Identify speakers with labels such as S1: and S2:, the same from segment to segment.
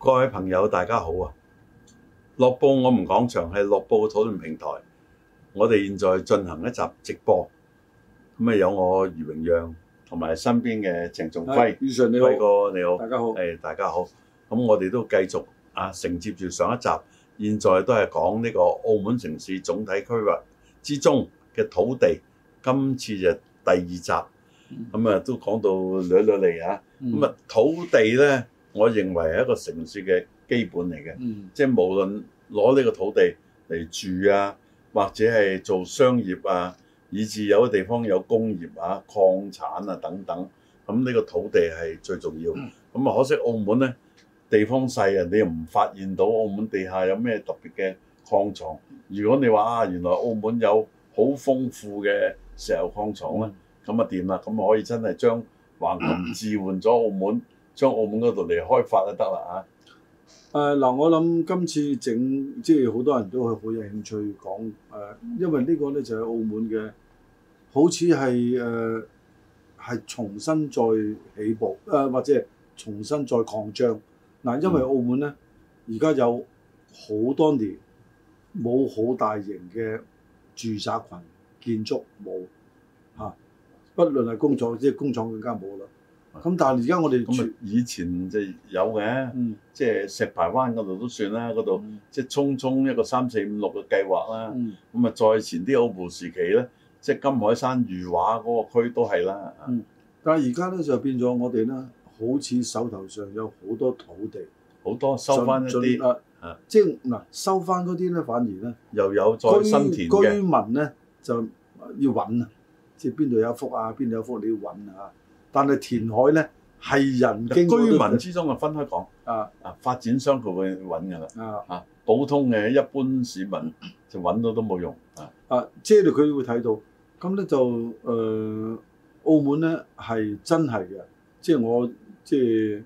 S1: 各位朋友，大家好啊！樂報我們講場係樂報討論平台，我哋現在進行一集直播，咁啊有我余榮讓同埋身邊嘅鄭仲輝
S2: 係，宇順你
S1: 輝
S2: 好，
S1: 哥你好，
S2: 大家好。
S1: 誒大家好，咁我哋都繼續啊承接住上一集，現在都係講呢個澳門城市總體區劃之中嘅土地，今次就第二集，咁
S2: 嗯
S1: 啊都講到略略嚟啊。咁啊，土地咧，我認為係一個城市嘅基本嚟嘅，
S2: 嗯，
S1: 即係無論攞呢個土地嚟住啊，或者係做商業啊，以至有啲地方有工業啊、礦產啊等等，咁呢個土地係最重要。咁啊、可惜澳門咧地方細啊，你又唔發現到澳門地下有咩特別嘅礦藏。如果你話啊，原來澳門有好豐富嘅石油礦藏咧。咁啊掂啦，咁可以真係將橫琴置換咗澳門，將澳門嗰度嚟開發就得啦
S2: 誒啊嗱，我諗今次整即係好多人都係好有興趣講誒，因為呢個咧就係澳門嘅，好似係誒係重新再起步誒，或者係重新再擴張嗱，因為澳門咧而家有好多年冇好大型嘅住宅群建築冇嚇、啊不論係工廠，即係工廠更加冇啦。咁但係而家我哋
S1: 嚇。咁
S2: 住
S1: 啊，以前就有嘅，
S2: 嗯。
S1: 即係石排灣嗰度都算啦，嗰度即係匆匆一個三四五六嘅計劃啦。
S2: 嗯
S1: 咁啊，再前啲澳葡時期咧，即係金海山裕華嗰個區都係啦。
S2: 嗯但係而家咧就變咗我哋咧，好似手頭上有好多土地
S1: 好多收翻一
S2: 盡
S1: 啲，
S2: 盡
S1: 啊
S2: 啊，即係嗱收翻嗰啲咧，反而咧
S1: 又有再
S2: 居
S1: 新田嘅
S2: 居民咧就要揾啊，即係邊度有幅啊，邊度有幅你要揾啊。但係填海咧係人經過
S1: 居
S2: 都
S1: 民之中啊，分開講
S2: 啊
S1: 啊，發展商佢會揾㗎啦。
S2: 啊
S1: 啊，普通嘅一般市民就揾到都冇用啊。
S2: 啊，即係佢會睇到，咁咧就誒、呃澳門咧係真係嘅，即係我即係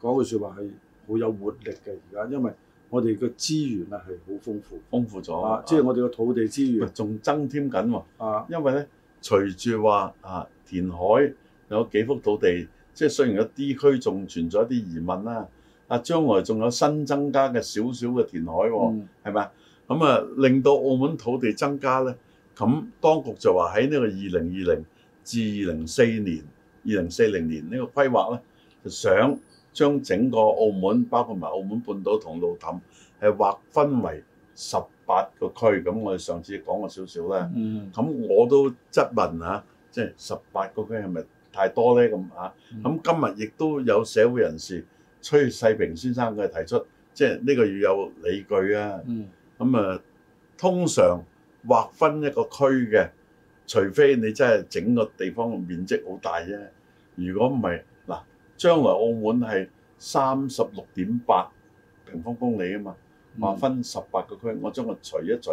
S2: 講句説話係好有活力嘅而家，因為我哋嘅資源啊係好豐富
S1: 豐富咗
S2: 啊，即係我哋嘅土地資
S1: 喂
S2: 源
S1: 仲增添緊喎，
S2: 啊，
S1: 因為咧隨住話啊填海有幾幅土地，即係雖然有 D 區仲存在一啲疑問啦，啊將來仲有新增加嘅少少嘅填海喎，
S2: 嗯
S1: 係咪、咁啊令到澳門土地增加咧，咁當局就話喺呢個二零二零至二零四年、二零四零年呢個規劃咧，就想將整個澳門包括埋澳門半島同路氹係劃分為十八個區，咁我哋上次講過少少啦。
S2: 嗯
S1: 咁我都質問啊，即係十八個區係咪太多咧？咁啊，
S2: 嗯
S1: 咁今日亦都有社會人士崔世平先生佢提出，即係呢個要有理據啊。
S2: 嗯
S1: 咁啊，通常劃分一個區嘅，除非你真係整個地方嘅面積好大啫。如果唔係，嗱，將來澳門係三十六點八平方公里啊嘛，
S2: 嗯
S1: 劃分十八個區，我將佢除一除，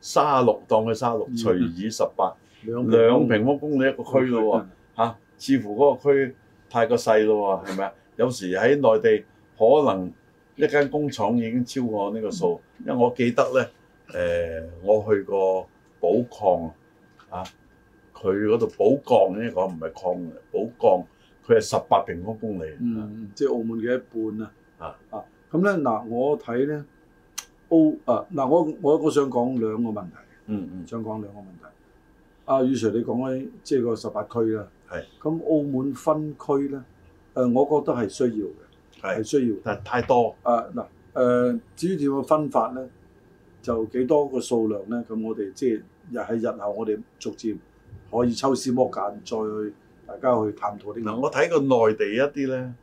S1: 三十六當佢三十六，
S2: 嗯
S1: 除以十八，
S2: 兩
S1: 兩平方公里一個區咯喎。
S2: 啊
S1: 嚇、啊似乎嗰個區太過細咯喎，係咪啊？有時喺內地可能一間工廠已經超過呢個數，因為我記得咧，誒、我去過寶礦啊，佢嗰度寶鋼呢講唔係礦嘅，寶鋼佢係十八平方公里，
S2: 嗯，即係澳門嘅一半啊。
S1: 啊
S2: 啊，咁咧嗱，我睇咧澳啊嗱，我我我想講兩個問題。
S1: 嗯嗯，
S2: 想講兩個問題。阿宇 Sir，你講開即係個十八區啦，
S1: 係
S2: 咁澳門分區咧，誒、我覺得係需要嘅，係
S1: 係，
S2: 需要嘅。
S1: 但係太多，
S2: 啊嗱，誒、至於點樣分法咧，就幾多個數量咧？咁我哋即係日喺日後，我哋逐漸可以抽絲剝繭，再去大家去探討呢
S1: 嗱，
S2: 個。
S1: 我睇過內地一啲咧，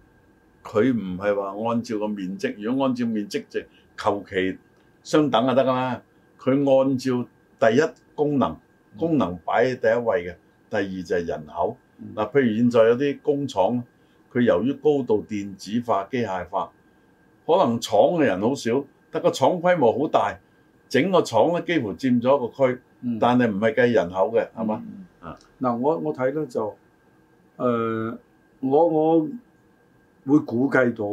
S1: 佢唔係話按照個面積，如果按照面積就求其相等就得㗎啦。佢按照第一功能，功能擺喺第一位嘅，第二就係人口。
S2: 嗯
S1: 嗱、譬如現在有啲工廠，佢由於高度電子化、機械化，可能廠嘅人好少，但個廠規模好大，整個廠咧幾乎佔咗一個區，
S2: 嗯
S1: 但係唔係計人口嘅，係嘛？？啊
S2: 嗱，我我睇咧就誒、呃我我會估計到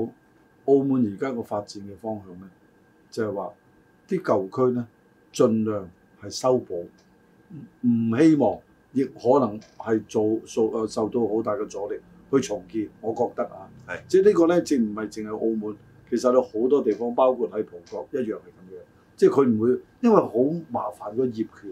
S2: 澳門而家個發展嘅方向咧，就係話啲舊區咧，盡量係修補，唔希望亦可能係做呃受誒受到好大嘅阻力去重建。我覺得啊，
S1: 係
S2: 即係呢個咧，淨唔係淨係澳門，其實有好多地方，包括喺葡國一樣係咁樣，即係佢唔會因為好麻煩個業權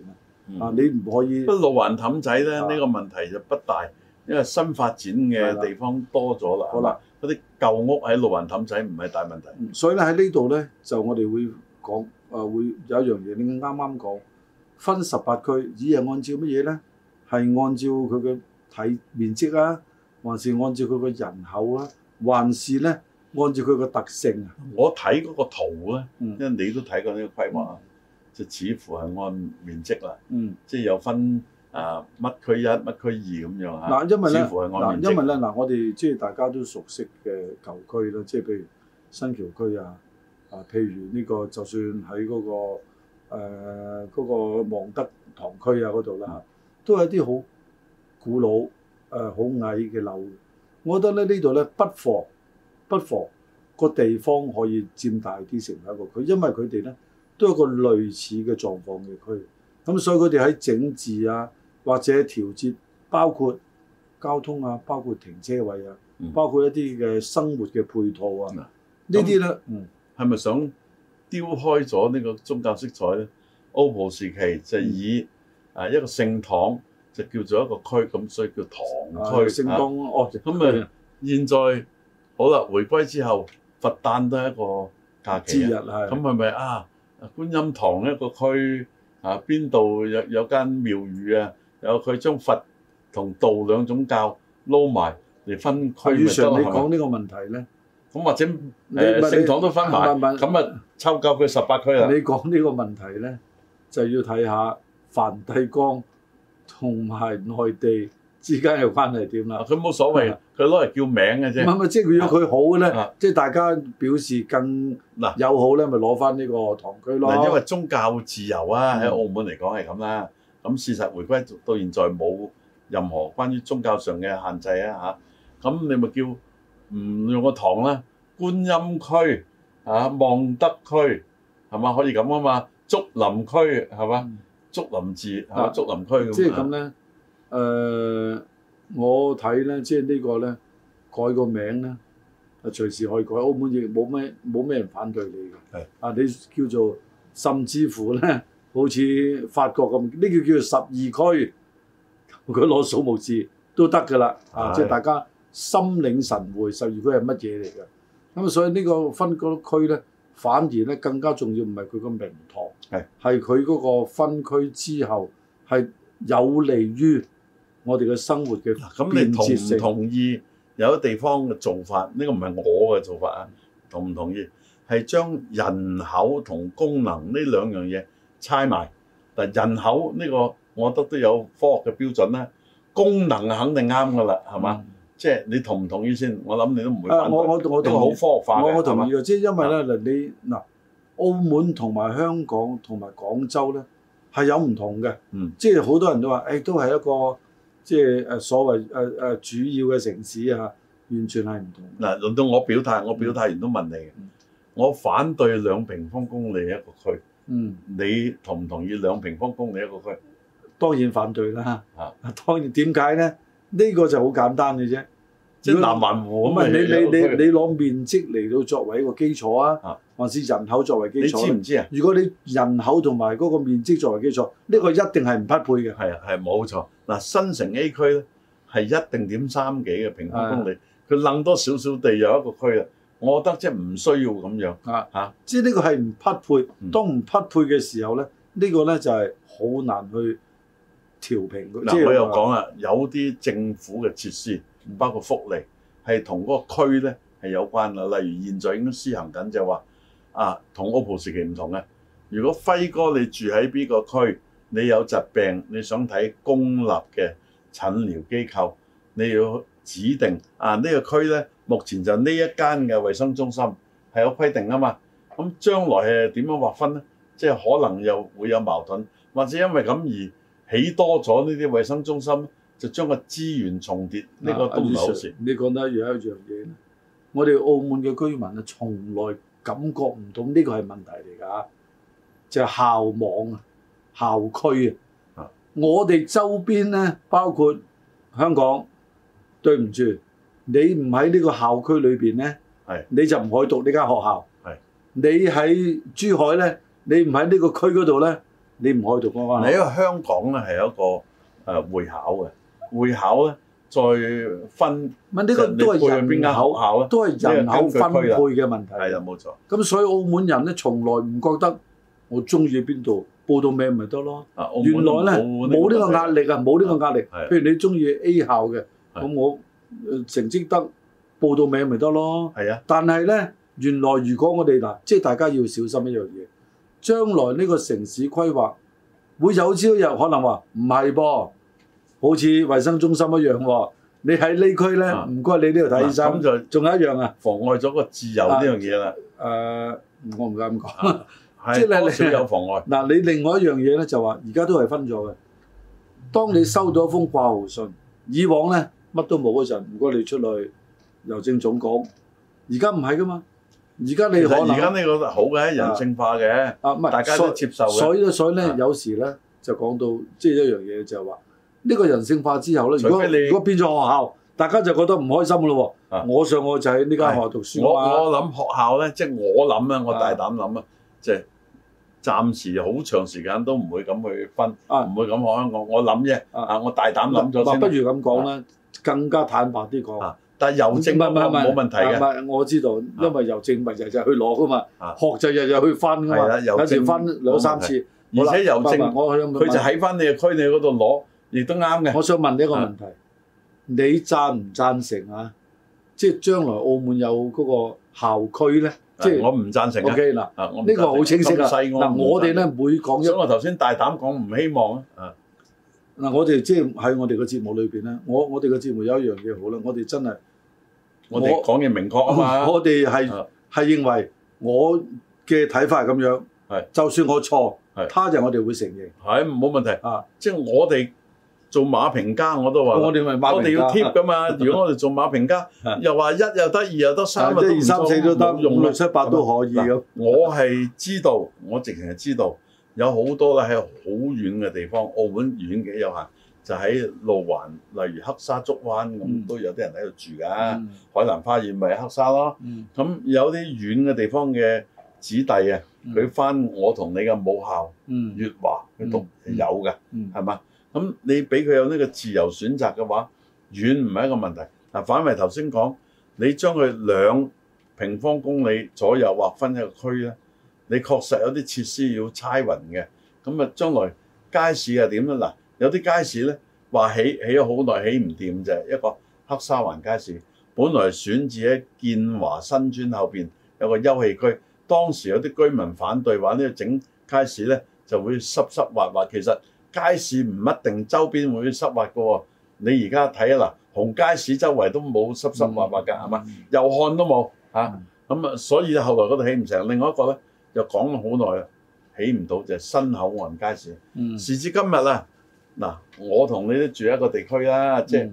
S2: 啊，啊
S1: 嗯
S2: 你唔可以
S1: 不過路環氹仔咧，呢
S2: 啊
S1: 個問題就不大，因為新發展
S2: 係
S1: 嘅
S2: 啦
S1: 地方多咗啦。
S2: 好啦，
S1: 嗰啲舊屋喺路環氹仔唔係大問題。
S2: 所以咧喺呢度咧，就我哋會講誒、呃，會有一樣嘢，你啱啱講分十八區，咦係按照乜嘢咧？係按照佢嘅體面積啊，還是按照佢嘅人口啊，還是咧按照佢嘅特性啊？
S1: 我睇嗰個圖咧，
S2: 嗯
S1: 因為你都睇過呢個規劃，啊就似乎係按面積啦，
S2: 嗯，
S1: 即係有分啊乜區一、乜區二咁樣嚇。
S2: 嗱，因為咧
S1: 啊似乎係按
S2: 嗱，
S1: 面積
S2: 因為咧嗱，我哋即係大家都熟悉嘅舊區啦，即係譬如新橋區啊，啊，譬如呢、個就算喺嗰、個呃誒嗰、個望德堂區啊嗰度啦，都係一啲好古老誒好、矮嘅樓。我覺得咧呢度咧不妨不妨個地方可以佔大啲成為一個區，因為佢哋咧都有一個類似嘅狀況嘅區，咁所以佢哋喺整治啊或者調節，包括交通啊，包括停車位啊，
S1: 嗯
S2: 包括一啲嘅生活嘅配套啊，
S1: 嗯
S2: 呢啲咧，嗯
S1: 係咪想丟開咗呢個宗教色彩咧？OPPO 時期就
S2: 嗯
S1: 以啊一個聖堂就叫做一個區，咁所以叫
S2: 啊
S1: 堂區。
S2: 聖
S1: 啊
S2: 當哦，
S1: 咁啊，現在好啦，回歸之後，佛誕都係一個假期
S2: 節
S1: 啊
S2: 日係
S1: 咁係咪啊？觀音堂一個區啊，邊度有有間廟宇啊？有佢將佛同道兩種教撈埋嚟分區
S2: 係，
S1: 咪
S2: 以
S1: 得
S2: 上
S1: 咯
S2: 你
S1: 係
S2: 講
S1: 嘛
S2: 呢個問題咧，
S1: 咁或者
S2: 你
S1: 誒
S2: 唔係
S1: 聖
S2: 你
S1: 堂都分
S2: 唔
S1: 埋，
S2: 係唔係
S1: 咁啊抽夠佢十八區啦。
S2: 你講呢個問題咧，就要睇下梵蒂岡同埋內地之間嘅關係點
S1: 啊
S2: 啦。
S1: 佢冇所謂，佢攞嚟叫名嘅
S2: 唔係
S1: 啫。
S2: 唔係，即係如果佢好嘅
S1: 啊
S2: 咧，即係大家表示更
S1: 嗱
S2: 友好咧，咪攞翻呢個堂區咯。
S1: 嗱，因為宗教自由啊，喺
S2: 嗯
S1: 澳門嚟講係咁啦。咁事實回歸到現在冇任何關於宗教上嘅限制啊嚇。咁你咪叫唔用個堂啦，觀音區啊、望德區係嘛，可以咁啊嘛。竹林區係嘛，
S2: 嗯
S1: 竹林寺係嘛，
S2: 啊
S1: 竹林區咁啊。
S2: 即係咁咧，誒、呃我睇咧，即係呢個咧改個名咧，啊隨時可以改。澳門亦冇咩冇咩人反對你嘅。
S1: 係
S2: 啊，你叫做甚至乎咧， 好似法國咁，呢叫叫做十二區，佢攞數目字都得㗎啦。啊，
S1: 係
S2: 即係大家心領神會，十二區係乜嘢嚟嘅？咁所以呢個分嗰區咧，反而咧更加重要，唔係佢個名堂，
S1: 係
S2: 係佢嗰個分區之後係有利於我哋嘅生活嘅
S1: 嗱，啊咁
S2: 便
S1: 你同
S2: 捷
S1: 唔
S2: 性。
S1: 同意有啲地方嘅做法？呢個唔係我嘅做法啊，同唔同意？係將人口同功能呢兩樣嘢猜埋。嗱，人口呢個我覺得都有科學嘅標準啦，功能肯定啱噶啦，係嘛？即係你同唔同意先？我諗你都唔會
S2: 嗯啊
S1: 反
S2: 我我
S1: 對。
S2: 我
S1: 呢個好
S2: 同
S1: 科
S2: 意，
S1: 學化嘅
S2: 我我
S1: 係嘛
S2: 同意嘅，即係因為咧嗱你嗱，澳門同埋香港同埋廣州咧係有唔同嘅，
S1: 嗯，
S2: 即係好多人都話，誒、都係一個即係誒所謂誒誒、主要嘅城市啊，完全係唔同。
S1: 嗱，輪到我表態，我表態完都問你嘅
S2: 嗯，
S1: 我反對兩平方公里一個區，
S2: 嗯。
S1: 你同唔同意兩平方公里一個區？
S2: 當然反對啦。
S1: 啊
S2: 啊， 當然點解咧？呢、個就好簡單嘅啫。
S1: 即係
S2: 如果
S1: 南灣湖
S2: 唔
S1: 咁啊
S2: 係你
S1: 有個
S2: 你
S1: 區
S2: 你你攞面積嚟到作為一個基礎
S1: 啊
S2: 啊，還是人口作為基
S1: 你
S2: 礎
S1: 知
S2: 呢？
S1: 唔知啊？
S2: 如果你人口同埋嗰個面積作為基礎，呢、個一定係唔匹配嘅。
S1: 係啊，係冇錯。嗱，新城 A 區咧係一定點三幾嘅平方
S2: 啊
S1: 公里，佢楞多少少地有一個區啦。我覺得即係唔需要咁樣。
S2: 即係呢個係唔匹
S1: 嗯
S2: 配。當唔匹配嘅時候咧，呢、個咧就係好難去調平佢。即
S1: 嗱，
S2: 係
S1: 我又講啦，有啲政府嘅設施，
S2: 嗯
S1: 包括福利，係同嗰個區咧係有關啦。例如現在已經施行緊就話啊，同 OPPO 時期唔同嘅。如果輝哥你住喺邊個區，你有疾病，你想睇公立嘅診療機構，你要指定啊呢、個區咧，目前就呢一間嘅衞生中心係有規定啊嘛。咁將來係點樣劃分咧？即係可能又會有矛盾，或者因為咁而起多咗呢啲衞生中心，就將個資源重疊，呢、個啊都唔係好事。。
S2: 你講得有一樣嘢咧，我哋澳門嘅居民啊，從來感覺唔到呢個係問題嚟㗎，就係校網啊、校區
S1: 啊
S2: 啊。我哋周邊咧，包括香港，對唔住，你唔喺呢個校區裏邊咧，
S1: 係
S2: 你就唔可以讀呢間學校。
S1: 係
S2: 你喺珠海咧，你唔喺呢個區嗰度咧，你唔可以讀嗰
S1: 嗱，
S2: 間
S1: 因
S2: 學校。
S1: 為香港咧係有一個誒、呃、會考嘅，會考咧再分
S2: 問呢個
S1: 就係你
S2: 都係
S1: 配去邊
S2: 人
S1: 間
S2: 口
S1: 學，校咧，
S2: 都係人口
S1: 呢個根據區啦
S2: 分配嘅問題。
S1: 係啦，冇錯。
S2: 咁所以澳門人咧，從來唔覺得我中意邊度報到名咪得咯。
S1: 啊，澳門
S2: 原來咧冇呢個壓力啊，冇呢個壓力。
S1: 係
S2: 譬如你中意 A 校嘅，
S1: 係
S2: 咁我呃成績得報到名咪得咯。
S1: 係啊，
S2: 但係咧，原來如果我哋嗱，即係大家要小心一樣嘢，將來呢個城市規劃會有朝一日可能話唔係噃，好似衞生中心一樣喎。你喺呢區咧，
S1: 啊
S2: 唔該你呢度睇醫
S1: 嗱咁
S2: 生。
S1: 就
S2: 仲有一樣啊，
S1: 妨礙咗個自由呢樣嘢啦。
S2: 誒、我唔敢咁
S1: 啊
S2: 講。啊即
S1: 係
S2: 係你
S1: 多少有妨礙。
S2: 嗱，你另外一樣嘢咧就話，而家都係分咗嘅。當你收到一封掛號信，以往咧乜都冇嗰陣，唔該你出去郵政總局。而家唔係噶嘛，而家
S1: 其
S2: 你
S1: 實
S2: 可
S1: 而家
S2: 能
S1: 呢個好嘅，人性化嘅，
S2: 啊，唔係
S1: 大家都
S2: 所
S1: 接受嘅。
S2: 所以咧，所以咧
S1: 啊，
S2: 有時咧就講到即係一樣嘢就係話，呢個人性化之後咧，
S1: 除
S2: 如果
S1: 非你
S2: 如果變咗學校，大家就覺得唔開心噶咯
S1: 啊
S2: 喎。我上我就喺呢間學校讀
S1: 我
S2: 書啊嘛，
S1: 我諗學校咧，即係我諗啊，我
S2: 啊
S1: 大膽諗啊，即係暫時好長時間都唔會咁去分，
S2: 啊
S1: 唔會咁講香港。我諗啫，
S2: 啊
S1: 啊，我大膽諗咗
S2: 嗱不
S1: 先。
S2: 如咁講啦，更加坦白啲講。
S1: 啊，但係郵政
S2: 唔係唔係唔係
S1: 冇問題
S2: 唔
S1: 嘅，
S2: 係我知道，因為郵政咪日日去攞噶嘛
S1: 啊，
S2: 學就日日去翻噶
S1: 係啦啊
S2: 嘛，
S1: 郵政
S2: 有時翻兩三次。
S1: 而且郵
S2: 好啦
S1: 政
S2: 我想問
S1: 佢就喺翻你嘅區，你嗰度攞，亦都啱嘅。
S2: 我想問你一個問題，
S1: 啊
S2: 你贊唔贊成啊？即係將來澳門有嗰個校區咧，即
S1: 啊
S2: 係
S1: 我唔贊成嘅。
S2: OK 嗱，
S1: 啊，我唔
S2: 呢個好清晰
S1: 贊
S2: 啊！
S1: 成咁細
S2: 嗱，
S1: 唔
S2: 我哋
S1: 贊
S2: 咧每
S1: 成，
S2: 講一
S1: 所以我頭先大膽講唔希望啊。啊
S2: 嗱，我哋即係喺我哋嘅節目裏邊咧，我我哋嘅節目有一樣嘢好啦，我哋真係
S1: 我哋
S2: 我
S1: 講嘢明確啊嘛。
S2: 我哋係
S1: 啊
S2: 係認為我嘅睇法係咁樣，
S1: 係
S2: 就算我錯
S1: 係，
S2: 他日我哋會承認。
S1: 係冇問題
S2: 啊！
S1: 即係我哋做馬評家我都話，
S2: 我
S1: 我
S2: 哋咪買
S1: 哋要貼噶 嘛。如果我哋做馬評家
S2: 啊，
S1: 又話一又得，二又得，三
S2: 三
S1: 又
S2: 即
S1: 得，
S2: 係二三四都得，
S1: 用
S2: 用
S1: 啦
S2: 六。七八都可以咁。
S1: 我係知道，我直情係知道，有好多咧喺好遠嘅地方，澳門遠嘅有限，就喺路環，例如黑沙竹灣
S2: 嗯
S1: 咁，都有啲人喺度住㗎。
S2: 嗯
S1: 海南花園咪黑沙咯。
S2: 嗯
S1: 咁有啲遠嘅地方嘅子弟啊，佢翻我同你嘅母校
S2: 嗯
S1: 粵華去讀
S2: 嗯
S1: 有嘅。
S2: 嗯
S1: 係嘛？咁你俾佢有呢個自由選擇嘅話，遠唔係一個問題。嗱，反為頭先講，你將佢兩平方公里左右劃分一個區咧，你確實有啲設施要拆雲嘅。咁啊，將來街市係點咧？嗱，有啲街市咧話起起咗好耐，起唔掂就係一個黑沙環街市，本來選址喺建華新村後邊有個休憩區，當時有啲居民反對話呢個整街市咧就會濕濕滑滑，其實。街市唔一定周邊會濕滑嘅喎。你而家睇啊嗱，紅街市周圍都冇濕濕滑滑㗎，
S2: 嗯
S1: 係嘛、？又旱都冇嚇。咁啊，所以後來嗰度起唔成。另外一個咧，又講咗好耐啦，起唔到就係新口岸街市。
S2: 嗯
S1: 時至今日啊，嗱，我同你都住一個地區啦，
S2: 嗯
S1: 即係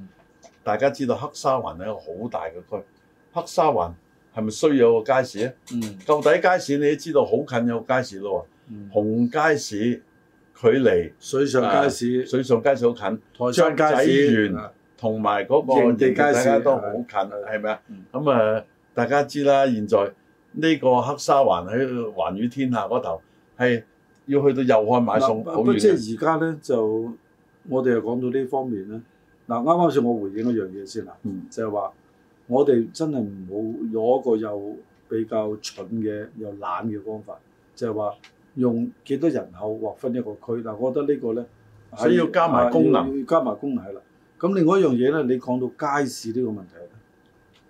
S1: 大家知道黑沙環係一個好大嘅區。黑沙環係咪需要有個街市咧？
S2: 嗯
S1: 舊底街市你都知道好近有個街市咯
S2: 嗯
S1: 喎，紅街市距離
S2: 水上街市、
S1: 水上街市好近。
S2: 台山啊
S1: 雀
S2: 街
S1: 仔
S2: 市啊
S1: 園，同埋嗰個
S2: 營地街市
S1: 大家都好近，係咪啊
S2: 嗯？
S1: 咁啊，大家知啦，現在呢個黑沙環喺環宇天下嗰頭係要去到右漢買餸，好
S2: 不
S1: 遠
S2: 不
S1: 啊
S2: 即
S1: 嘅。
S2: 係而家咧就我哋又講到呢方面咧。嗱，啱啱先我回應一樣嘢先啦，
S1: 嗯
S2: 就係話我哋真係唔好攞個又比較蠢嘅又懶嘅方法，就係話用幾多人口劃分一個區。嗱，我覺得呢個咧，
S1: 所以要加埋功能
S2: 啊要要加埋功能係啦。咁另外一樣嘢咧，你講到街市呢個問題咧，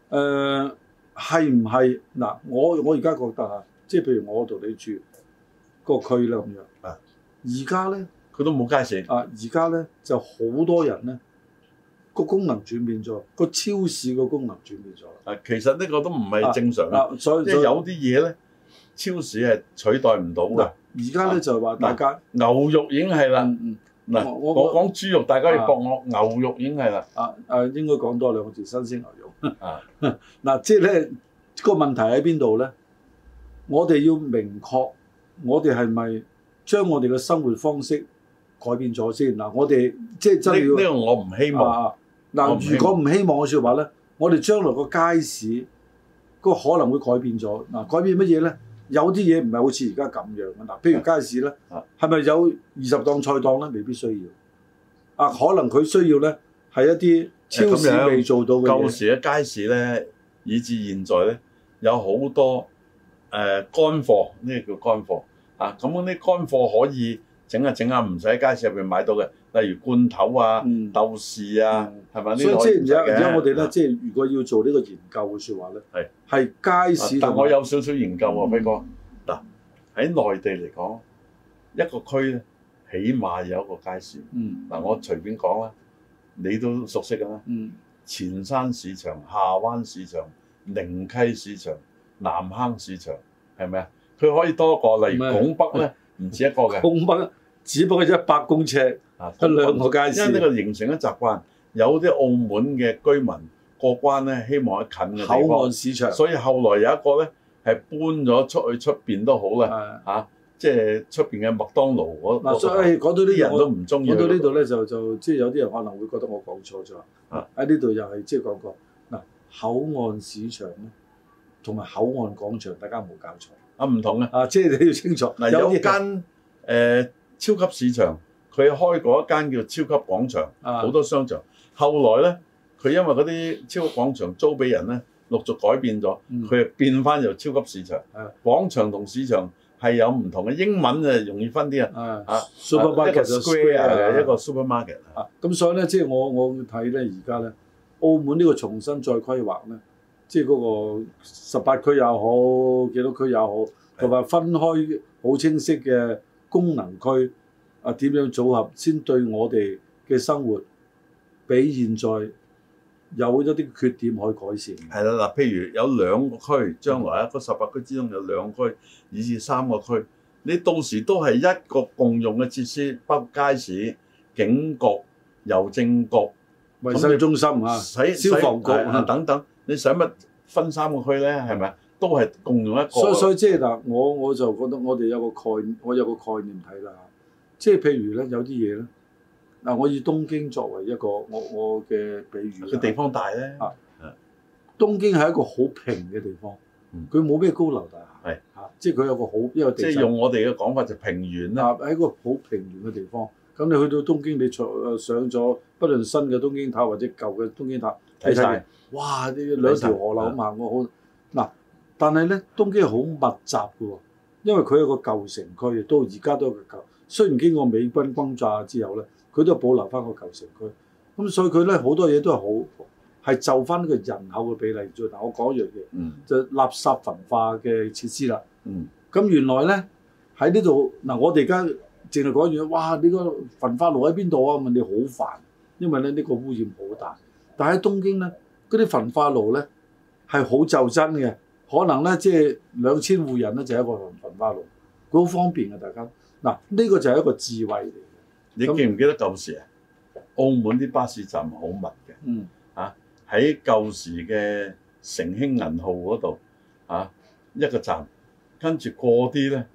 S2: 誒係唔係嗱？我我而家覺得啊，即係譬如我同你住個區啦咁樣
S1: 啊，
S2: 而家咧
S1: 佢都冇街市，
S2: 啊，而家咧就好多人咧個功能轉變咗，個超市個功能轉變咗
S1: 啊，其實呢個都唔
S2: 啊
S1: 係正常啊嘅，
S2: 啦。嗱，所以
S1: 即
S2: 所
S1: 係
S2: 以
S1: 有啲嘢咧，超市係取代唔到嘅。
S2: 而家咧就係話大家
S1: 牛肉已經係啦，
S2: 嗯嗯
S1: 啊嗱，
S2: 我我
S1: 我講豬肉，大家要駁我，牛肉已經係啦，
S2: 啊啊應該講多兩個字新鮮牛肉。
S1: 啊，
S2: 嗱，即係咧個問題喺邊度咧？我哋要明確，我哋係咪將我哋嘅生活方式改變咗先？嗱，我哋即係真
S1: 呢
S2: 係要
S1: 呢。個我唔希望。
S2: 啊
S1: 我
S2: 嗱
S1: 唔，希
S2: 如果唔希望嘅説話咧，我哋將來個街市個可能會改變咗。嗱，改變乜嘢咧？有啲嘢唔係好似而家咁樣嘅嗱，譬如街市咧
S1: 啊，
S2: 係咪有二十檔菜檔咧？未必需要。啊，可能佢需要咧係一啲超
S1: 誒咁
S2: 市
S1: 樣
S2: 未做到嘅
S1: 舊
S2: 嘢。
S1: 時嘅街市咧，以至現在咧，有好多誒、呃、乾貨，呢、個叫乾貨啊。咁嗰啲乾貨可以整下整下，唔使喺街市入邊買到嘅，例如罐頭啊、
S2: 嗯
S1: 豆豉啊，係咪呢
S2: 所以
S1: 啲
S2: 即
S1: 可以唔
S2: 係而
S1: 使
S2: 家
S1: 嘅
S2: 而家我哋咧，
S1: 啊
S2: 即係如果要做呢個研究嘅説話咧，係街市
S1: 啊
S2: 啊嗯
S1: 但
S2: 同
S1: 我
S2: 埋
S1: 有少少研究喎，輝哥。嗱喺內地嚟講，一個區咧，起碼有一個街市。
S2: 嗯
S1: 嗱，我隨便講啦，你都熟悉㗎啦。
S2: 嗯
S1: 前山市場、下灣市場、寧溪市場、南坑市場，係咪啊？佢可以多個，例如
S2: 唔係
S1: 拱北 咧，唔止一個嘅。
S2: 東北只不過一百公尺
S1: 啊，
S2: 得兩個街市
S1: 因為呢個形成咗習慣，有啲澳門嘅居民過關咧，希望喺近嘅地
S2: 口岸
S1: 方，
S2: 市場，
S1: 所以後來有一個咧係搬咗出去出邊都好啦，
S2: 啊
S1: 嚇、即係出邊嘅麥當勞嗰
S2: 嗱，
S1: 嗰度
S2: 所以講到呢
S1: 啲人
S2: 樣
S1: 都唔中意去啊
S2: 講
S1: 嗰。
S2: 到呢度咧，就就即係有啲人可能會覺得我講錯咗。
S1: 啊
S2: 喺呢度又係即係講過嗱，口岸市場咧，同埋口岸廣場，大家唔好搞錯
S1: 啊，唔同嘅。
S2: 啊！即係你要清楚，
S1: 嗱，有
S2: 啲
S1: 間誒、呃超級市場，佢開過一間叫超級廣場，
S2: 啊
S1: 好、多商場。後來咧，佢因為嗰啲超級廣場租俾人咧，陸續改變咗，
S2: 嗯啊
S1: 佢、變翻由超級市場
S2: 係。
S1: 廣場同市場係有唔同嘅，英文啊容易分啲啊。啊
S2: 啊
S1: 一個
S2: ，supermarket 就
S1: square 嘅一
S2: 啊
S1: 個 supermarket。
S2: 啊，咁所以咧，即係我我睇咧，而家咧，澳門呢個重新再規劃咧，即係嗰個十八區又好，幾多區又好，同埋分開好清晰嘅功能區啊，點樣組合先對我哋嘅生活，比現在有一啲缺點可以改善嘅。
S1: 係啦，嗱，譬如有兩個區，將來一個十八區之中有兩區，以至三個區，你到時都係一個共用嘅設施，包括街市、警局、郵政局、
S2: 衞生中心啊，
S1: 使
S2: 消防局
S1: 使啊
S2: 啊
S1: 等等，你使乜分三個區咧？係咪啊？都係共用一個。
S2: 所以所以即係嗱，我我就覺得我哋有個概，我有個概念睇啦。即係譬如咧，有啲嘢咧，嗱，我以東京作為一個我我嘅比喻啦，
S1: 個地方大咧，
S2: 啊東京係一個好平嘅地方
S1: 嗯，
S2: 佢冇咩高樓大廈，
S1: 係
S2: 嚇，即係佢有個好一個
S1: 即
S2: 地
S1: 係
S2: 勢
S1: 用我哋嘅講法就平原啦。
S2: 嗱喺一個好平原嘅地方。咁你去到東京，你坐誒上咗，不論新嘅東京塔或者舊嘅東京塔，你
S1: 睇晒
S2: 完，哇！你兩條河流咁行我好嗱，但係咧東京係好密集嘅喎，因為佢有個舊城區，到而家都有個舊。雖然經過美軍轟炸之後咧，佢都係保留翻個舊城區，咁所以佢咧好多嘢都係好係就翻個人口嘅比例做。嗱，我講一樣嘢
S1: 嗯
S2: 就係垃圾焚化嘅設施啦。
S1: 嗯，
S2: 咁原來咧喺呢度嗱，我哋而家淨係講完，哇！呢、個焚化爐喺邊度啊？問你好煩，因為咧呢、個污染好大。但喺東京咧，嗰啲焚化爐咧係好就真嘅，可能咧即係兩千戶人咧就一個焚化爐，佢好方便嘅大家。嗱，呢、個就係一個智慧嚟嘅。
S1: 你
S2: 咁
S1: 記唔記得舊時啊？澳門啲巴士站好密嘅。
S2: 嗯，
S1: 喺舊時嘅城興銀號嗰度啊，一個站，跟住過啲咧，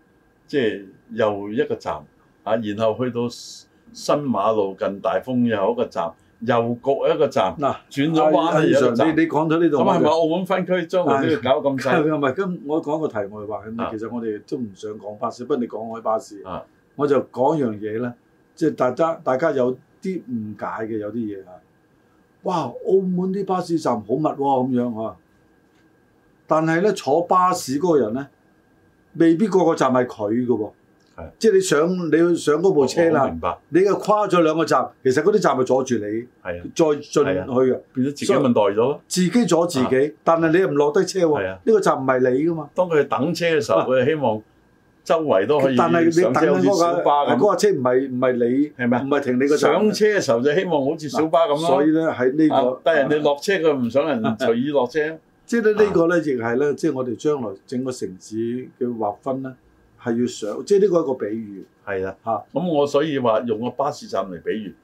S1: 即係又一個站啊，然後去到新馬路近大豐又一個站，右角一個站，
S2: 嗱，
S1: 轉咗彎咧又一個
S2: 阿
S1: 站。
S2: 你你講到呢度，
S1: 咁係咪
S2: 我
S1: 澳門分區將來都要搞咁細？
S2: 係唔係？咁我講個題外話咁
S1: 啊
S2: 其實我哋都唔想講巴士，不過你講開巴士，
S1: 啊
S2: 我就講一樣嘢咧，即係大家大家有啲誤解嘅有啲嘢啊。哇！澳門啲巴士站好密喎、咁樣啊。但係咧，坐巴士嗰個人咧，未必個個站係佢嘅喎
S1: 係。
S2: 即係你上你上嗰部車
S1: 我
S2: 啦，
S1: 明白，
S2: 你又跨咗兩個站，其實嗰啲站係阻住你
S1: 係啊，
S2: 再進去
S1: 係啊
S2: 嘅。
S1: 變咗自己問代咗咯。
S2: 自己阻自己，但係你又唔落低車喎。
S1: 係
S2: 呢
S1: 啊
S2: 個站唔係你噶嘛。
S1: 當佢等車嘅時候，
S2: 啊
S1: 佢希望周圍都可以
S2: 但係你
S1: 上
S2: 等
S1: 車，好
S2: 緊
S1: 似
S2: 嗰
S1: 小巴
S2: 架
S1: 咁，
S2: 嗰架車唔係唔係你，
S1: 係咪啊
S2: 唔係停你個站。
S1: 上車嘅時候就希望好似小巴咁咯。
S2: 所以咧喺呢
S1: 啊
S2: 個，
S1: 但係人哋落啊車佢唔想人隨意落車，
S2: 即係咧呢個咧亦係咧，即係我哋將來整個城市嘅劃分咧係要上，即係呢個一個比喻。
S1: 係啦
S2: 嚇
S1: 咁我所以話用個巴士站嚟比喻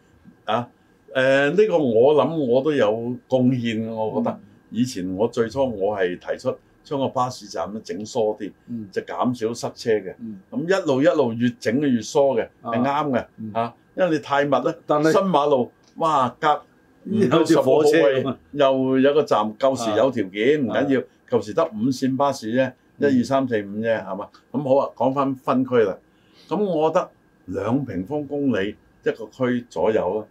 S1: 啊，誒、呢、個我諗我都有貢獻嘅，我覺得、以前我最初我係提出將個巴士站咧整疏啲，
S2: 嗯
S1: 就減少塞車嘅。
S2: 嗯，
S1: 咁一路一路越整就越疏嘅，係
S2: 啊
S1: 啱嘅
S2: 嗯
S1: 嚇，因為你太密咧，
S2: 但係
S1: 新馬路哇隔唔
S2: 好
S1: 夠
S2: 似
S1: 十
S2: 火
S1: 火
S2: 車
S1: 車
S2: 咁啊
S1: 又有一個站，舊時
S2: 啊
S1: 有條件唔
S2: 啊嗯
S1: 緊要，舊時得五線巴士啫，一二三四五啫，係嘛？咁好啊，講翻分區啦。咁我覺得兩平方公里一個區左右啦，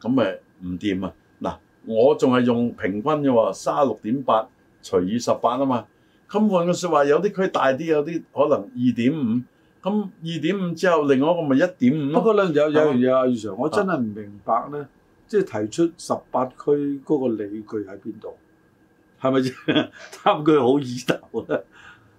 S1: 咁誒唔掂啊！嗱，我仲係用平均嘅喎，三六點八除以十八啊嘛。咁換句説話，有啲區大啲，有啲可能二點五。咁二點五之後，另外一個咪一點五
S2: 不
S1: 咯。
S2: 過咧，有有樣嘢啊，余 Sir，我真係唔明白咧，即係提出十八區嗰個理據喺邊度？係咪貪佢好意頭咧？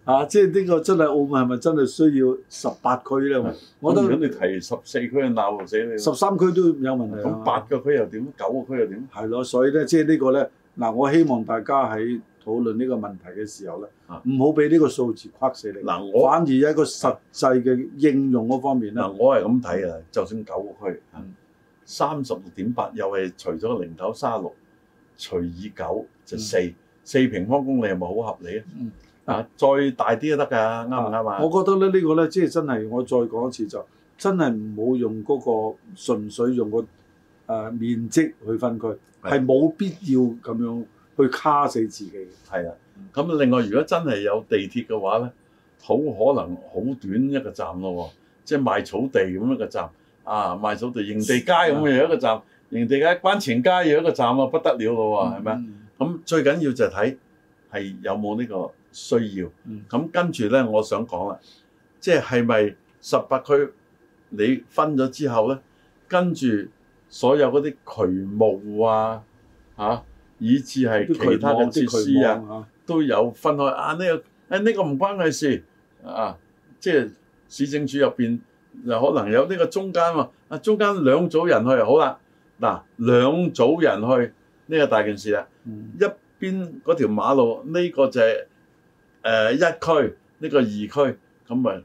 S2: 啊，即係呢個真係澳門係咪真係需要十八區咧
S1: 係？
S2: 我覺
S1: 咁如果你
S2: 得
S1: 提十四區，鬧死你。
S2: 十三區都有問題啊
S1: 咁八個區又點？九個區又點？
S2: 係咯，所以咧，即係呢個咧，嗱，我希望大家喺討論呢個問題嘅時候咧
S1: 啊，
S2: 唔好俾呢個數字框死你。
S1: 嗱我
S2: 反而喺個實際嘅應用嗰方面咧
S1: 嗱，，我係咁睇啊，就算九個區啊
S2: 嗯，
S1: 三十六點八又係除咗個零頭三十六，除以九就四，四平方公里係咪好合理啊？
S2: 嗯
S1: 啊，再大啲都得㗎，啱唔啱啊？
S2: 我覺得咧呢個咧，即係真係我再講一次就真係唔好用嗰個純粹用個誒、呃面積去分區，係冇必要咁樣去卡死自己嘅。
S1: 係啊，咁另外如果真係有地鐵嘅話咧，好可能好短一個站咯喎，即係賣草地咁一個站，啊賣草地營地街
S2: 啊
S1: 咁樣有一個站，營地街關前街有一個站啊，不得了咯喎，係咪啊？
S2: 嗯？
S1: 咁最緊要就係睇係有冇呢個需要。咁、
S2: 嗯
S1: 跟住呢，我想講啦，即係係咪十八區你分咗之後呢，跟住所有嗰啲渠務啊，嚇、以至係
S2: 啲渠
S1: 其他嘅
S2: 網
S1: 設
S2: 啲
S1: 施
S2: 渠
S1: 啊，
S2: 網啊，
S1: 都有分開啊。呢、個誒呢、個唔關佢事啊，即係市政署入邊嗱，可能有呢個中間喎，啊中間兩組人去好啦，嗱、兩組人去呢、個大件事啦。
S2: 嗯
S1: 一邊嗰條馬路呢、個就係、呃一區，呢、個二區，咁咪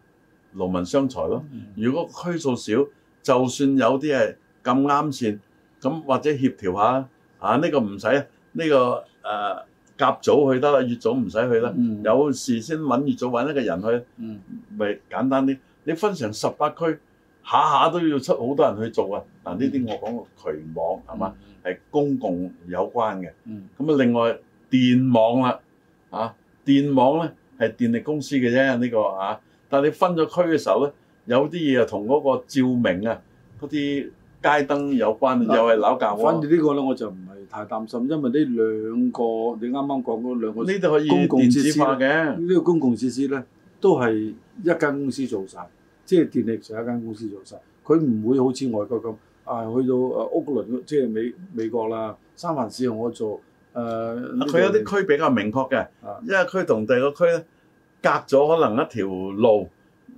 S1: 勞民傷財咯。
S2: 嗯
S1: 如果區數少，就算有啲係咁啱線，咁或者協調下啊，呢、個唔使，呢、個誒、呃、甲組去得啦，乙組唔使去啦。
S2: 嗯
S1: 有事先揾乙組揾一個人去，
S2: 嗯
S1: 咪簡單啲。你分成十八區，下下都要出好多人去做啊！嗱，呢啲我講過渠網係嘛，？係公共有關嘅。
S2: 嗯
S1: 咁啊，另外電網啦，啊電網咧係電力公司嘅啫，呢、個啊，但係你分咗區嘅時候咧，有啲嘢啊同嗰個照明啊嗰啲街燈有關，
S2: 嗱
S1: 又係撈教
S2: 反而
S1: 喎。
S2: 呢個咧我就唔係太擔心，因為呢兩個你啱啱講嗰兩個
S1: 呢度可以
S2: 公共
S1: 電
S2: 設施
S1: 子化
S2: 啦
S1: 嘅，
S2: 呢個公共設施咧，都係一間公司做晒，即係電力就係一間公司做晒。佢唔會好似外國咁啊，去到誒屋倫即係美美國啦，三藩市由我做誒，呢
S1: 啊
S2: 度
S1: 佢有啲區比較明確嘅
S2: 啊，
S1: 一個區同第二個區咧隔咗可能一條路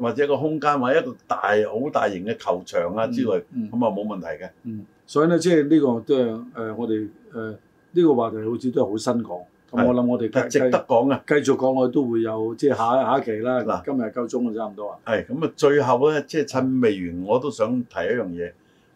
S1: 或者一個空間或者一個大好大型嘅球場啊之類，
S2: 嗯
S1: 咁啊冇問題嘅。
S2: 嗯，所以咧即係呢個都係誒我哋誒呢個話題好似都係好新講，咁
S1: 係
S2: 我諗我
S1: 但
S2: 哋
S1: 值得講嘅。
S2: 繼繼續講落去都會有即係下下一期啦。嗱
S1: 嗱，
S2: 今日夠鐘啦，差唔多啊。
S1: 係咁啊！最後咧，即係趁未完，我都想提一樣嘢，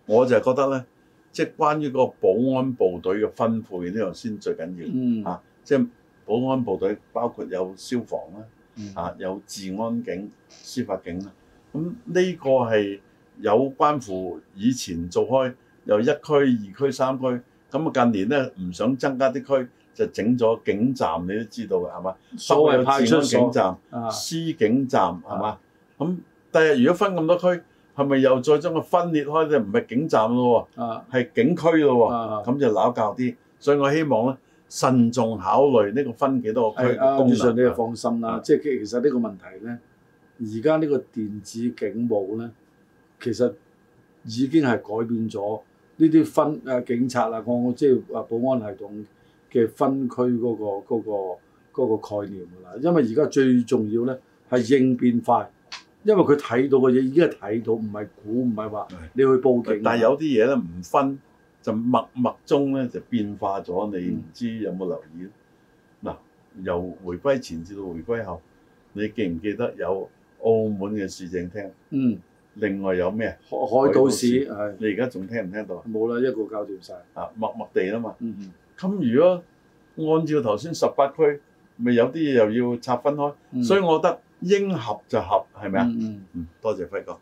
S1: 我就係覺得咧，即係關於個保安部隊嘅分配呢樣先最緊
S2: 嗯
S1: 要啊！即係保安部隊包括有消防啦，
S2: 嗯
S1: 啊有治安警、司法警啦，咁呢個係有關乎以前做開由一區、二區、三區，咁啊近年咧唔想增加啲區，就整咗警站，你都知道嘅係嘛？
S2: 所謂
S1: 包括
S2: 派出
S1: 有治安警
S2: 所
S1: 站。
S2: 啊，
S1: 司警站係嘛？咁第日如果分咁多區，係咪又再將佢分裂開咧？唔係警站咯
S2: 啊
S1: 喎，係警區咯
S2: 啊
S1: 喎，咁就撈教啲。所以我希望咧，慎重考慮呢個分幾多個區
S2: 係
S1: 嘅
S2: 啊，
S1: 功
S2: 余 Sir
S1: 能。
S2: 你就放心啦
S1: 啊。
S2: 即係其實呢個問題咧，而家呢個電子警務咧，其實已經係改變咗呢啲分誒警察啊，我我即係話保安系統嘅分區嗰、個嗰、個嗰、個概念㗎啦。因為而家最重要咧係應變快，因為佢睇到嘅嘢已經係睇到，唔係估，唔係話
S1: 係
S2: 你去報警啊。
S1: 但係有啲嘢咧唔分，就默默中咧就變化咗。
S2: 嗯
S1: 你唔知有冇留意？嗱，由回歸前至到回歸後，你記唔記得有澳門嘅市政廳？
S2: 嗯
S1: 另外有咩？
S2: 海海島市
S1: 海
S2: 係
S1: 你而家仲聽唔聽到啊？
S2: 冇啦，一個搞掂晒。
S1: 啊，默默地啊嘛。
S2: 嗯嗯
S1: 咁如果按照頭先十八區，咪有啲嘢又要拆分開，
S2: 嗯，
S1: 所以我覺得應合就合，係咪啊？
S2: 嗯嗯。
S1: 嗯，多謝輝哥。